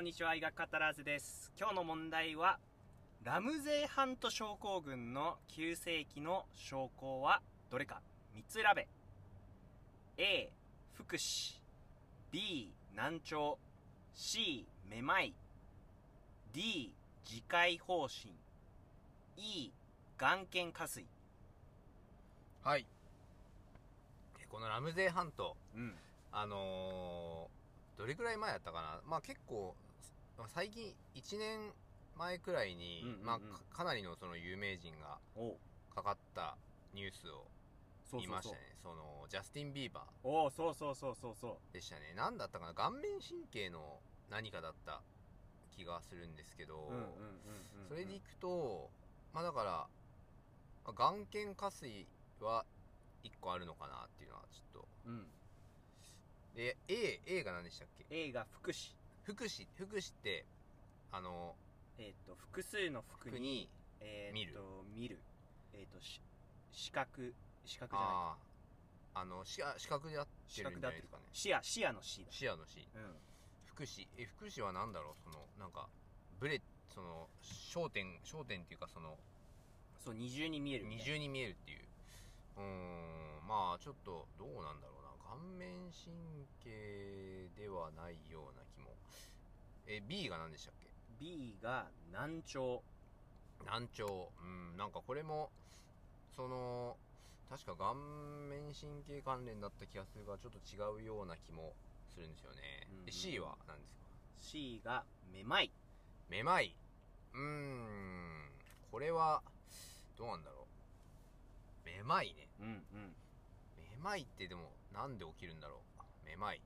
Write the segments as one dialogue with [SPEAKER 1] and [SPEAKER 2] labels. [SPEAKER 1] んにちは、医学カタラーズです。今日の問題は、ラムゼイハント症候群の急性期の症候はどれか3つ選べ。A、福祉。B、難聴。C、めまい。D、自戒方針。E、眼瞼下垂。
[SPEAKER 2] はい。えこのラムゼイハント、
[SPEAKER 1] うん。
[SPEAKER 2] あのーどれくらい前やったかなまあ結構、まあ最近1年前くらいに、
[SPEAKER 1] うんうんうん
[SPEAKER 2] まあかかなりのその有名人が
[SPEAKER 1] お
[SPEAKER 2] かかったニュースを
[SPEAKER 1] そうそうそう。
[SPEAKER 2] 見ましたね。その、ジャスティン・ビーバ
[SPEAKER 1] おうそうそうそうそうそう。
[SPEAKER 2] ーでしたね。なんだったかな顔面神経の何かだった気がするんですけど、
[SPEAKER 1] うんうんうんうんうん
[SPEAKER 2] それでいくと、まあだから、まあ眼瞼下垂は1個あるのかなっていうのはちょっと
[SPEAKER 1] うん、
[SPEAKER 2] で、A、A が何でしたっけ
[SPEAKER 1] A が福祉、
[SPEAKER 2] 福祉、福祉って、あの、
[SPEAKER 1] えっと複数の服
[SPEAKER 2] 服
[SPEAKER 1] に
[SPEAKER 2] に、
[SPEAKER 1] え
[SPEAKER 2] 見
[SPEAKER 1] ー、
[SPEAKER 2] る
[SPEAKER 1] と見るえっ、とし視覚視覚じゃない
[SPEAKER 2] ああ、あの、視野視覚で合っ
[SPEAKER 1] 視
[SPEAKER 2] てる
[SPEAKER 1] 覚
[SPEAKER 2] んじ
[SPEAKER 1] だ
[SPEAKER 2] ゃ
[SPEAKER 1] っ
[SPEAKER 2] ない
[SPEAKER 1] て
[SPEAKER 2] ですかね。
[SPEAKER 1] 視野視野の C だ
[SPEAKER 2] 視野の C。
[SPEAKER 1] うん
[SPEAKER 2] 福祉、え、福祉は何だろうその、なんか、ブレ、その、焦点、焦点っていうか、その、
[SPEAKER 1] そう二重に見えるみ
[SPEAKER 2] 二
[SPEAKER 1] たい
[SPEAKER 2] 重に見えるっていう。うーん、まあ、ちょっと、どうなんだろうな。顔面神経ではないような気も。え、B が何でしたっけ
[SPEAKER 1] な B が難聴
[SPEAKER 2] 難聴うんなんかこれもその確か顔面神経関連だった気がするがちょっと違うような気もするんですよね、
[SPEAKER 1] うんうん
[SPEAKER 2] で C は何ですか
[SPEAKER 1] C がめまい
[SPEAKER 2] めまいうーんこれはどうなんだろうめまいね
[SPEAKER 1] うんうん
[SPEAKER 2] めまいってでもなんで起きるんだろうめまい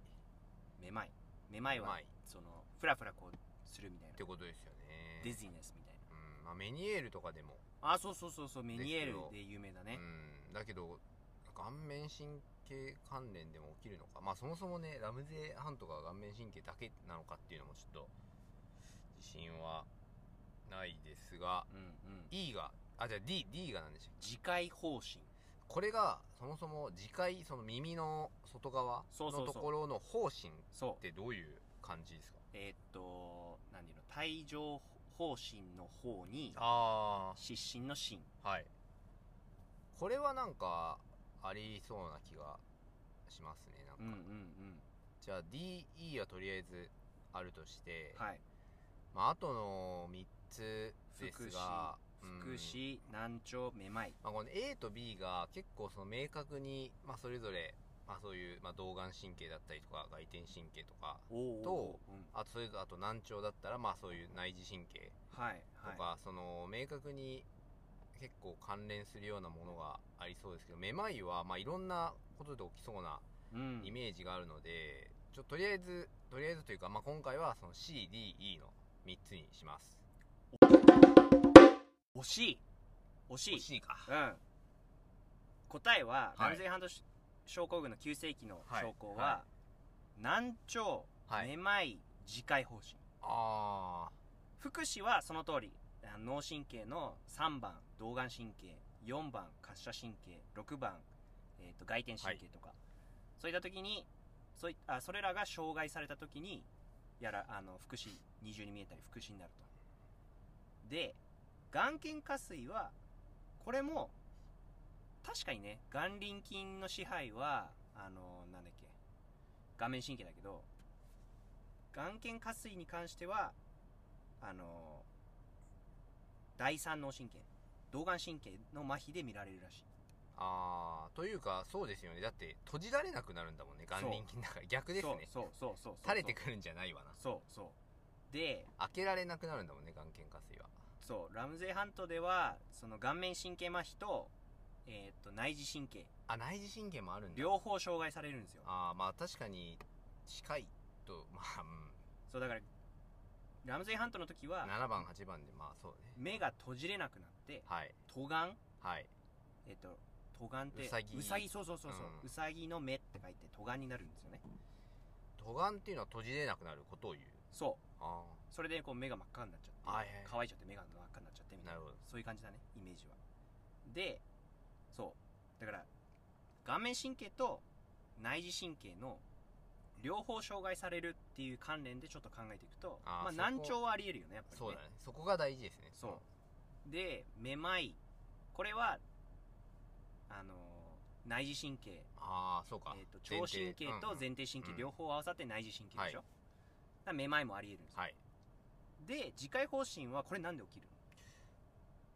[SPEAKER 1] めまいめまい
[SPEAKER 2] め
[SPEAKER 1] は
[SPEAKER 2] まい
[SPEAKER 1] そのフラフラこうするみたいな
[SPEAKER 2] ってことですよね
[SPEAKER 1] ディズニーネスみたいな
[SPEAKER 2] うんまあ、メニエールとかでも
[SPEAKER 1] あそうそうそうそうメニエ
[SPEAKER 2] です
[SPEAKER 1] ー
[SPEAKER 2] よ
[SPEAKER 1] ルで有名だね
[SPEAKER 2] うん、だけど顔面神経関連でも起きるのかまあそもそもねラムゼイハントが顔面神経だけなのかっていうのもちょっと自信はないですが
[SPEAKER 1] うんうん
[SPEAKER 2] E があじゃあ DD が何でしたっけ
[SPEAKER 1] 自戒方針
[SPEAKER 2] これがそもそも次回その耳の外側
[SPEAKER 1] そうそう
[SPEAKER 2] の
[SPEAKER 1] そう
[SPEAKER 2] ところの方針っ
[SPEAKER 1] そう
[SPEAKER 2] てどういう感じですか
[SPEAKER 1] えーっと何ていうの帯状方針の方に
[SPEAKER 2] あ
[SPEAKER 1] 失神の神
[SPEAKER 2] あはいこれはなんかありそうな気がしますねなんか、
[SPEAKER 1] うんうんうん
[SPEAKER 2] じゃあ DE はとりあえずあるとして、
[SPEAKER 1] はい
[SPEAKER 2] まあ、あとの3つですが、うん
[SPEAKER 1] 福祉難聴めまい
[SPEAKER 2] まあ、この A と B が結構その明確に、まあ、それぞれ、まあ、そういう、まあ、動眼神経だったりとか、外転神経とか、
[SPEAKER 1] おー
[SPEAKER 2] と
[SPEAKER 1] うん
[SPEAKER 2] あと、それぞれ、あと難聴だったら、まあ、そういう内耳神経
[SPEAKER 1] はい
[SPEAKER 2] と
[SPEAKER 1] はい
[SPEAKER 2] か、その、明確に結構関連するようなものがありそうですけど、めまいは、まあ、いろんなことで起きそうな
[SPEAKER 1] うん
[SPEAKER 2] イメージがあるので、ちょとりあえずとりあえずというか、まあ、今回はその CDE の3つにします
[SPEAKER 1] 惜しい惜しい
[SPEAKER 2] C か
[SPEAKER 1] うん答えは
[SPEAKER 2] は
[SPEAKER 1] ラ
[SPEAKER 2] い
[SPEAKER 1] ムゼイハントし症候群の急性期の
[SPEAKER 2] はい
[SPEAKER 1] 症候は
[SPEAKER 2] は
[SPEAKER 1] 難聴
[SPEAKER 2] はい
[SPEAKER 1] めまい自戒方針
[SPEAKER 2] あ
[SPEAKER 1] 福祉はその通りあ脳神経の3番動眼神経4番滑車神経6番、えー、と外転神経とか、そういった時にそういあそれらが障害された時にやらあの福祉二重に見えたり福祉になるとで眼瞼下垂はこれも確かにね眼輪筋の支配はあのなんだっけ顔面神経だけど眼瞼下垂に関してはあの第三脳神経動眼神経の麻痺で見られるらしい
[SPEAKER 2] ーあーというかそうですよねだって閉じられなくなるんだもんね眼輪筋だから逆ですね
[SPEAKER 1] そうそうそうそうそう
[SPEAKER 2] 垂れてくるんじゃないわな
[SPEAKER 1] そうそうで
[SPEAKER 2] 開けられなくなるんだもんね眼瞼下垂は
[SPEAKER 1] そうラムゼイハントではその顔面神経麻痺と,、えー、と内耳神経
[SPEAKER 2] あ内耳神経もあるんだ
[SPEAKER 1] 両方障害されるんですよ
[SPEAKER 2] ああまあ確かに近いとまあ、うん、
[SPEAKER 1] そうだからラムゼイハントの時は
[SPEAKER 2] 7番8番でまあそうね
[SPEAKER 1] 目が閉じれなくなって
[SPEAKER 2] はい
[SPEAKER 1] 戸眼
[SPEAKER 2] はい
[SPEAKER 1] えっ、と戸眼って
[SPEAKER 2] うさぎ
[SPEAKER 1] うさぎそうそうそうそう、
[SPEAKER 2] うん
[SPEAKER 1] うさぎの目って書いて戸眼になるんですよね
[SPEAKER 2] 戸眼っていうのは閉じれなくなることを言う
[SPEAKER 1] そう
[SPEAKER 2] あ
[SPEAKER 1] それでこう目が真っ赤になっちゃって、
[SPEAKER 2] はいはい
[SPEAKER 1] 乾いちゃって目が真っ赤になっちゃってみたいな
[SPEAKER 2] なるほど
[SPEAKER 1] そういう感じだねイメージはでそうだから顔面神経と内耳神経の両方障害されるっていう関連でちょっと考えていくと
[SPEAKER 2] あー
[SPEAKER 1] まあ、
[SPEAKER 2] そこ
[SPEAKER 1] 難聴はありえるよねやっぱり、ね、
[SPEAKER 2] そうだねそこが大事ですね
[SPEAKER 1] そうでめまいこれはあのー内耳神経
[SPEAKER 2] ああそうか、
[SPEAKER 1] えー、と聴神経と前
[SPEAKER 2] 全
[SPEAKER 1] 庭神経
[SPEAKER 2] うん
[SPEAKER 1] 両方合わさって内耳神経でしょ、だ
[SPEAKER 2] は
[SPEAKER 1] からめまいもありえるんですよ
[SPEAKER 2] はい
[SPEAKER 1] で磁界方針はこれなんで起きる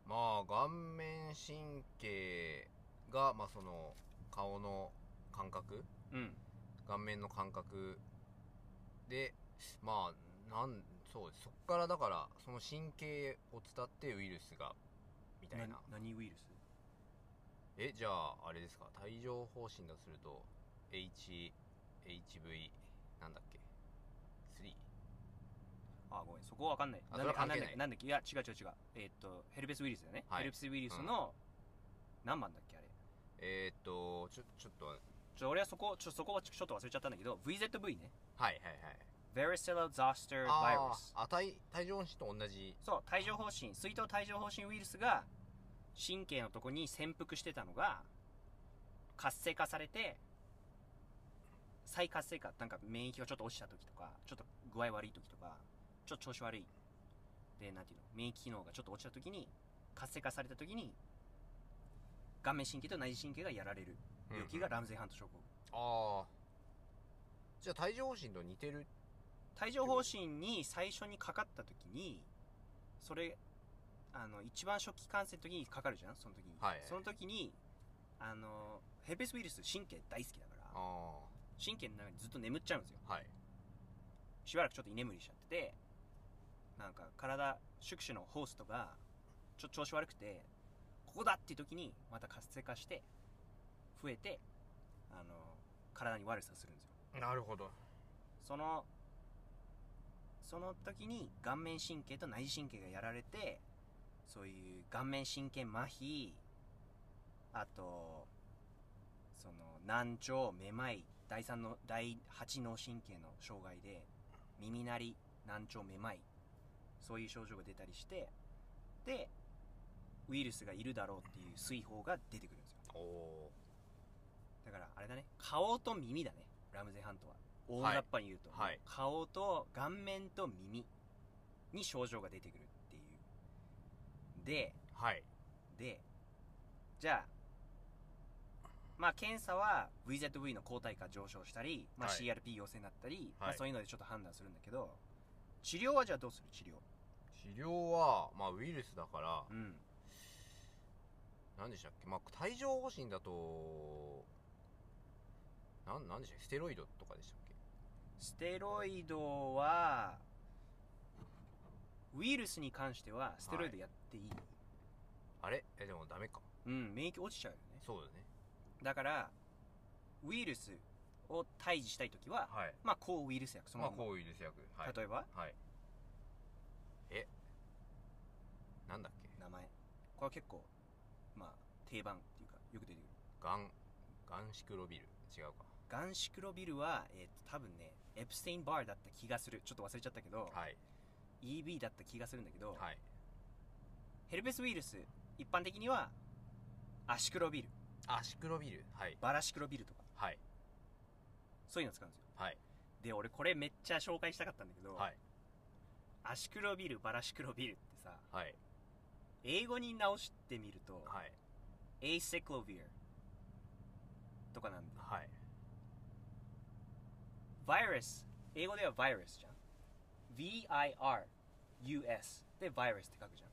[SPEAKER 2] まあ顔面神経が、まあ、その顔の感覚
[SPEAKER 1] うん
[SPEAKER 2] 顔面の感覚でまあなんそうですそこからだからその神経を伝ってウイルスがみたいな
[SPEAKER 1] 何ウイルス
[SPEAKER 2] えじゃああれですか帯状疱疹だとすると H HV なんだっけ 3?
[SPEAKER 1] あごめんそこは分かんない
[SPEAKER 2] あそれは関係ない
[SPEAKER 1] んだっけんだっけいや違う違う違うえっ、とヘルペスウイルスだよね、
[SPEAKER 2] はい
[SPEAKER 1] ヘルペスウイルスの、何番だっけあれ
[SPEAKER 2] えー、っとちょちょっとはい
[SPEAKER 1] ちょ俺はそこちょそこはちょっと忘れちゃったんだけど VZV ね
[SPEAKER 2] はいはい
[SPEAKER 1] Varicella Zoster
[SPEAKER 2] あ
[SPEAKER 1] Virus
[SPEAKER 2] ーあ帯帯状疱疹と同じ
[SPEAKER 1] そう帯状疱疹水痘帯状疱疹ウイルスが神経のとこに潜伏してたのが活性化されて再活性化なんか免疫がちょっと落ちた時とかちょっと具合悪い時とかちょっと調子悪いでなんていうの免疫機能がちょっと落ちた時に活性化された時に顔面神経と内耳神経がやられる病気が
[SPEAKER 2] うんう
[SPEAKER 1] ラ
[SPEAKER 2] ん
[SPEAKER 1] ムゼイハント症候群
[SPEAKER 2] ああじゃあ帯状疱疹と似てる
[SPEAKER 1] 帯状疱疹に最初にかかった時にそれあの一番初期感染の時にかかるじゃんその時に、
[SPEAKER 2] はい
[SPEAKER 1] その時にあのヘルペスウイルス神経大好きだから
[SPEAKER 2] あ
[SPEAKER 1] 神経の中にずっと眠っちゃうんですよ
[SPEAKER 2] あはい
[SPEAKER 1] しばらくちょっと居眠りしちゃっててなんか体宿主のホーストがちょっと調子悪くてここだっていう時にまた活性化して増えてあの体に悪さするんですよ
[SPEAKER 2] なるほど
[SPEAKER 1] そのその時に顔面神経と内耳神経がやられてそういう顔面神経麻痺あとその難聴めまい第三の第8脳神経の障害で耳鳴り難聴めまいそういう症状が出たりしてでウイルスがいるだろうっていう水泡が出てくるんですよ
[SPEAKER 2] おお
[SPEAKER 1] だからあれだね顔と耳だねラムゼイハントは大雑把に言うと、
[SPEAKER 2] はい
[SPEAKER 1] 顔と顔面と耳に症状が出てくるっていうで
[SPEAKER 2] はい
[SPEAKER 1] でじゃあまあ検査は VZV の抗体価上昇したり、まあ、
[SPEAKER 2] はい
[SPEAKER 1] CRP 陽性になったり、まあ、
[SPEAKER 2] はい
[SPEAKER 1] そういうのでちょっと判断するんだけど治療はじゃあどうする治療
[SPEAKER 2] 治療は、まあ、ウイルスだから
[SPEAKER 1] うん
[SPEAKER 2] 何でしたっけ、まあ、帯状疱疹だとなんなんでしたっけステロイドとかでしたっけ
[SPEAKER 1] ステロイドはウイルスに関してはステロイドやっていい、
[SPEAKER 2] あれえでもダメか
[SPEAKER 1] うん免疫落ちちゃうよね
[SPEAKER 2] そうだね
[SPEAKER 1] だからウイルスを退治したい時は、
[SPEAKER 2] はい
[SPEAKER 1] まあ抗ウイルス薬その
[SPEAKER 2] まあ
[SPEAKER 1] まま、
[SPEAKER 2] 抗ウイルス薬はい
[SPEAKER 1] 例えば
[SPEAKER 2] はいえなんだっけ
[SPEAKER 1] 名前これは結構まあ定番っていうかよく出てくる
[SPEAKER 2] ガンガンシクロビル違うか
[SPEAKER 1] ガンシクロビルは、えーと多分ねエプステインバーだった気がするちょっと忘れちゃったけど、
[SPEAKER 2] はい
[SPEAKER 1] EB だった気がするんだけど、
[SPEAKER 2] はい
[SPEAKER 1] ヘルペスウイルス一般的にはアシクロビル
[SPEAKER 2] あシクロビルはい
[SPEAKER 1] バラシクロビルとか
[SPEAKER 2] はい
[SPEAKER 1] そういうの使うんですよ
[SPEAKER 2] はい
[SPEAKER 1] で俺これめっちゃ紹介したかったんだけど、
[SPEAKER 2] はい
[SPEAKER 1] アシクロビルバラシクロビルってさ
[SPEAKER 2] はい
[SPEAKER 1] 英語に直してみると、
[SPEAKER 2] はい
[SPEAKER 1] エイセクロビアとかなんで
[SPEAKER 2] はい
[SPEAKER 1] バイラス英語ではバイラスじゃん VIRUS でバイラスって書くじゃん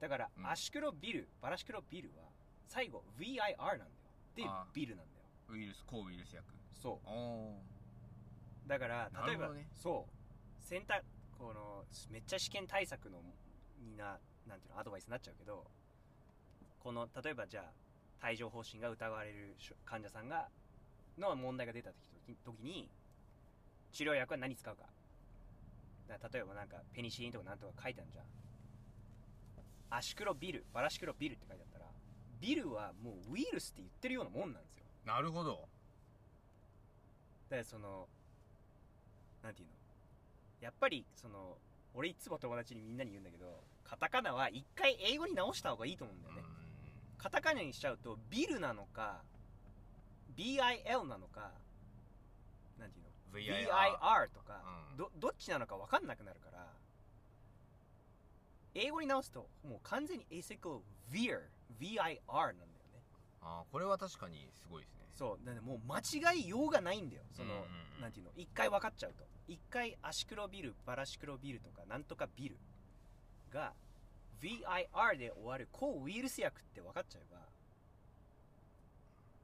[SPEAKER 1] だから、
[SPEAKER 2] うん
[SPEAKER 1] アシクロビルバラシクロビルは最後 VIR なんだよで
[SPEAKER 2] あー
[SPEAKER 1] ビルなんだよ
[SPEAKER 2] ウイルス抗ウイルス薬
[SPEAKER 1] そ
[SPEAKER 2] おお
[SPEAKER 1] うだから
[SPEAKER 2] な
[SPEAKER 1] 例え
[SPEAKER 2] るほ
[SPEAKER 1] ば、
[SPEAKER 2] どね
[SPEAKER 1] そう選択このめっちゃ試験対策のにななんていうのアドバイスになっちゃうけどこの例えばじゃあ帯状疱疹が疑われるしょ患者さんがの問題が出た時時に治療薬は何使うかだから例えばなんかペニシリンとかなんとか書いてあるじゃんアシクロビルバラシクロビルって書いてあったらビルはもうウイルスって言ってるようなもんなんですよ
[SPEAKER 2] なるほど
[SPEAKER 1] だからそのなんていうのやっぱりその俺いつも友達にみんなに言うんだけどカタカナは一回英語に直した方がいいと思うんだよね、
[SPEAKER 2] う
[SPEAKER 1] カタカナにしちゃうとビルなのか BIL なのか
[SPEAKER 2] VIR
[SPEAKER 1] VIR とか、
[SPEAKER 2] うん
[SPEAKER 1] どどっちなのか分かんなくなるから英語に直すともう完全に ASIC を VIR VIR なんだよね
[SPEAKER 2] あーこれは確かにすごいですね
[SPEAKER 1] そうなんでもう間違いようがないんだよその、
[SPEAKER 2] うんうんうん
[SPEAKER 1] なんていうの一回分かっちゃうと一回足黒ビルバラシ黒ビルとかなんとかビルが VIR で終わる抗ウイルス薬って分かっちゃえば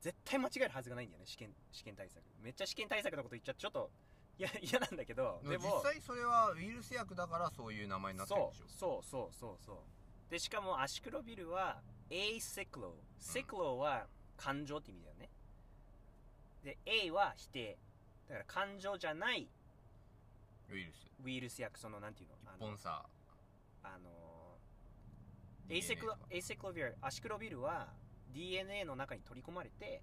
[SPEAKER 1] 絶対間違えるはずがないんだよね試験試験対策めっちゃ試験対策のこと言っちゃってちょっといや 嫌なんだけど
[SPEAKER 2] で
[SPEAKER 1] で
[SPEAKER 2] も
[SPEAKER 1] も
[SPEAKER 2] 実際それはウイルス薬だからそういう名前になってるん
[SPEAKER 1] そ
[SPEAKER 2] でしょ
[SPEAKER 1] うそうそうそうそうでしかもアシクロビルは A セクロセクロは感情って意味だよねで A は否定だから感情じゃない
[SPEAKER 2] ウイルス
[SPEAKER 1] ウイルス薬そのなんていうの
[SPEAKER 2] 一
[SPEAKER 1] あの
[SPEAKER 2] 本さ
[SPEAKER 1] あのエイセクロ
[SPEAKER 2] DNA とか
[SPEAKER 1] エイセクロビルアシクロビルは DNA の中に取り込まれて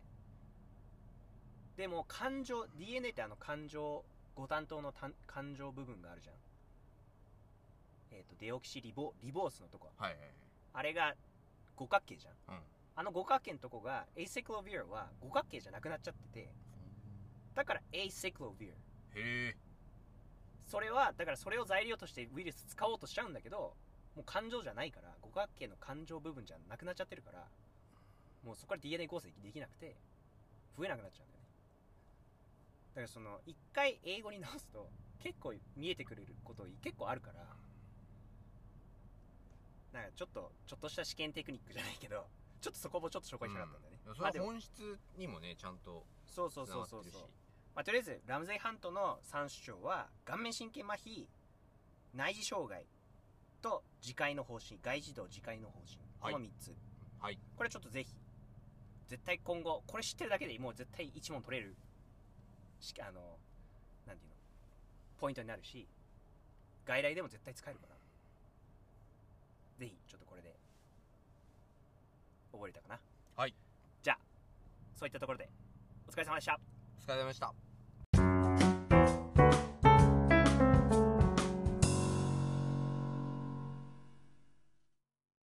[SPEAKER 1] でも感情 DNA ってあの感情ご担当の単感情部分があるじゃんえっ、とデオキシリボリボースのとこ
[SPEAKER 2] はいはい
[SPEAKER 1] あれが五角形じゃん、
[SPEAKER 2] うん
[SPEAKER 1] あの五角形のとこがエイセクロビルは五角形じゃなくなっちゃっててだからエイセクロビル
[SPEAKER 2] はいへえ
[SPEAKER 1] それはだからそれを材料としてウイルス使おうとしちゃうんだけどもう感情じゃないから五角形の感情部分じゃなくなっちゃってるからもうそこから DNA 合成できなくて増えなくなっちゃうんだよねだからその一回英語に直すと結構見えてくること結構あるからなんかちょっとちょっとした試験テクニックじゃないけどちょっとそこもちょっと紹介したかったんだよね、
[SPEAKER 2] うんそ
[SPEAKER 1] まあ
[SPEAKER 2] れ
[SPEAKER 1] で
[SPEAKER 2] は
[SPEAKER 1] も
[SPEAKER 2] 本質にもねちゃんと
[SPEAKER 1] そうそう
[SPEAKER 2] つな
[SPEAKER 1] そ
[SPEAKER 2] が
[SPEAKER 1] う
[SPEAKER 2] って
[SPEAKER 1] そう
[SPEAKER 2] るし
[SPEAKER 1] そうまあ、とりあえずラムゼイ・ハントの3主張は顔面神経麻痺内耳障害と自戒の方針外耳道自戒の方針
[SPEAKER 2] はい
[SPEAKER 1] この3つ、
[SPEAKER 2] はい
[SPEAKER 1] これちょっとぜひ絶対今後これ知ってるだけでもう絶対1問取れるしあのなんていうのポイントになるし外来でも絶対使えるからぜひちょっとこれで覚えれたかな
[SPEAKER 2] はい
[SPEAKER 1] じゃあそういったところでお疲れ様でした
[SPEAKER 2] お疲れ様でした